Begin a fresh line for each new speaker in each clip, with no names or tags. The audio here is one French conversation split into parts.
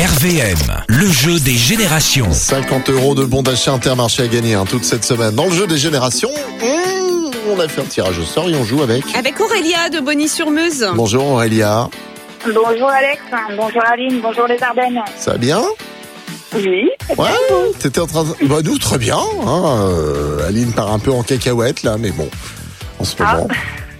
RVM, le jeu des générations.
50 euros de bon d'achat intermarché à gagner hein, toute cette semaine. Dans le jeu des générations, mmh, on a fait un tirage au sort et on joue avec.
Avec Aurélia de Bonny-sur-Meuse.
Bonjour Aurélia,
Bonjour Alex, hein, bonjour Aline, bonjour les Ardennes.
ça va bien
Oui.
Ouais, t'étais en train de... Bah nous, très bien. hein, euh, Aline part un peu en cacahuète là, mais bon, en ce
Ah.
moment...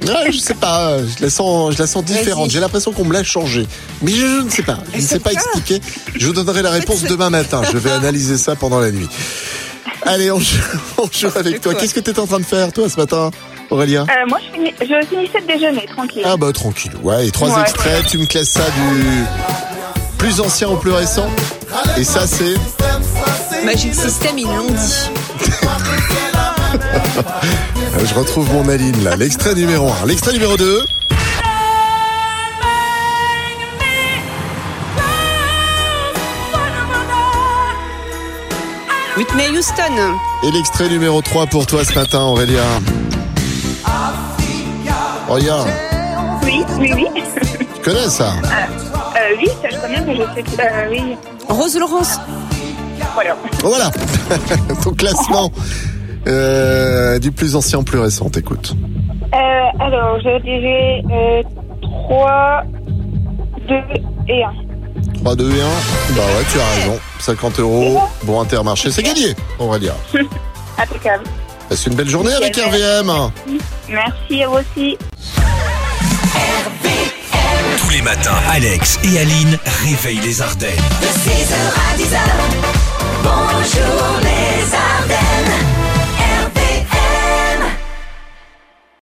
Ouais, je sais pas, euh, je la sens, je la sens différente.
Vas-y.
J'ai l'impression qu'on me l'a changée. Mais je, je ne sais pas, je ne sais pas expliquer. Je vous donnerai la réponse demain matin. Je vais analyser ça pendant la nuit. Allez, on joue, on joue avec toi.
toi.
Qu'est-ce que t'étais en train de faire, toi, ce matin, Aurélien
Euh, moi, je, finis- je finissais de déjeuner, tranquille.
Ah bah tranquille. Ouais, et trois
Ouais.
extraits, tu me classes ça du plus ancien au plus récent. Et ça c'est
Magic System, ils l'ont dit.
Euh, je retrouve mon Aline là, l'extrait numéro 1, l'extrait numéro 2.
Whitney Houston.
Et l'extrait numéro 3 pour toi ce matin Aurélien. Oh, Regarde,
Oui, oui, oui.
tu connais ça
Euh, oui, ça, je connais, mais je sais que... Euh, oui,
Rose Laurence.
voilà.
Voilà, ton classement euh, du plus ancien au plus récent, écoute.
Euh, alors, je dirais euh, 3, 2 et 1.
3, 2 et 1. Bah ouais, tu as raison. 50 euros, bon intermarché, c'est gagné Aurélien.
Impeccable.
Passe une belle journée avec RVM.
Merci à vous aussi.
Tous les matins, Alex et Aline réveillent les Ardennes.
De 6h à 10h, bonjour les Ardennes.